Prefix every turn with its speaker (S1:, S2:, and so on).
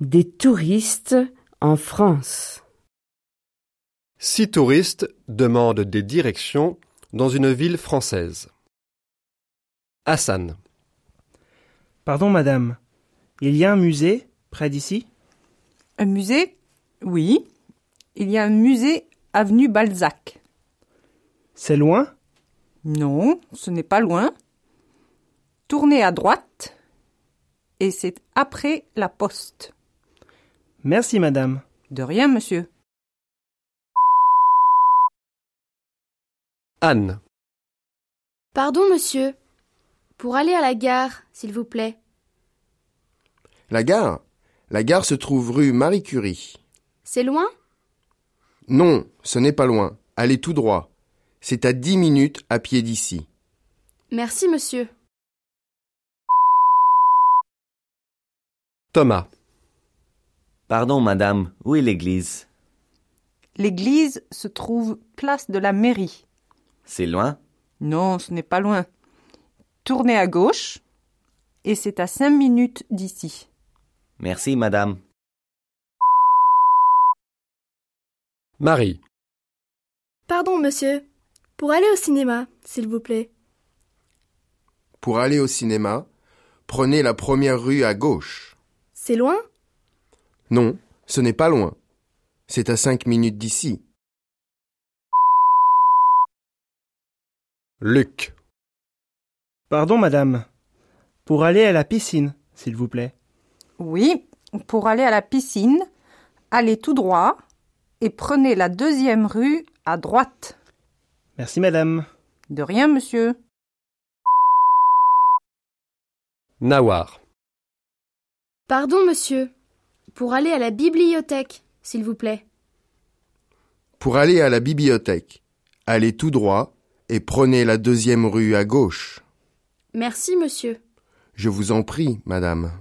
S1: des touristes en France.
S2: Six touristes demandent des directions dans une ville française. Hassan,
S3: Pardon, madame. Il y a un musée près d'ici
S4: Un musée Oui. Il y a un musée avenue Balzac.
S3: C'est loin
S4: Non, ce n'est pas loin. Tournez à droite et c'est après la poste.
S3: Merci, madame.
S4: De rien, monsieur.
S2: Anne,
S5: Pardon, monsieur. Pour aller à la gare, s'il vous plaît.
S6: La gare La gare se trouve rue Marie Curie.
S5: C'est loin
S6: Non, ce n'est pas loin. Allez tout droit. C'est à dix minutes à pied d'ici.
S5: Merci, monsieur.
S2: Thomas,
S7: Pardon, madame, où est l'église
S4: L'église se trouve place de la mairie.
S7: C'est loin
S4: Non, ce n'est pas loin. Tournez à gauche et c'est à cinq minutes d'ici.
S7: Merci, madame.
S2: Marie,
S5: Pardon, monsieur. Pour aller au cinéma, s'il vous plaît.
S6: Pour aller au cinéma, prenez la première rue à gauche.
S5: C'est loin
S6: Non, ce n'est pas loin. C'est à cinq minutes d'ici.
S2: Luc,
S3: Pardon, madame. Pour aller à la piscine, s'il vous plaît.
S4: Oui, pour aller à la piscine, allez tout droit et prenez la deuxième rue à droite.
S3: Merci, madame.
S4: De rien, monsieur.
S2: Nawar,
S5: Pardon, monsieur. Pour aller à la bibliothèque, s'il vous plaît.
S6: Pour aller à la bibliothèque, allez tout droit et prenez la deuxième rue à gauche.
S5: Merci, monsieur.
S6: Je vous en prie, madame.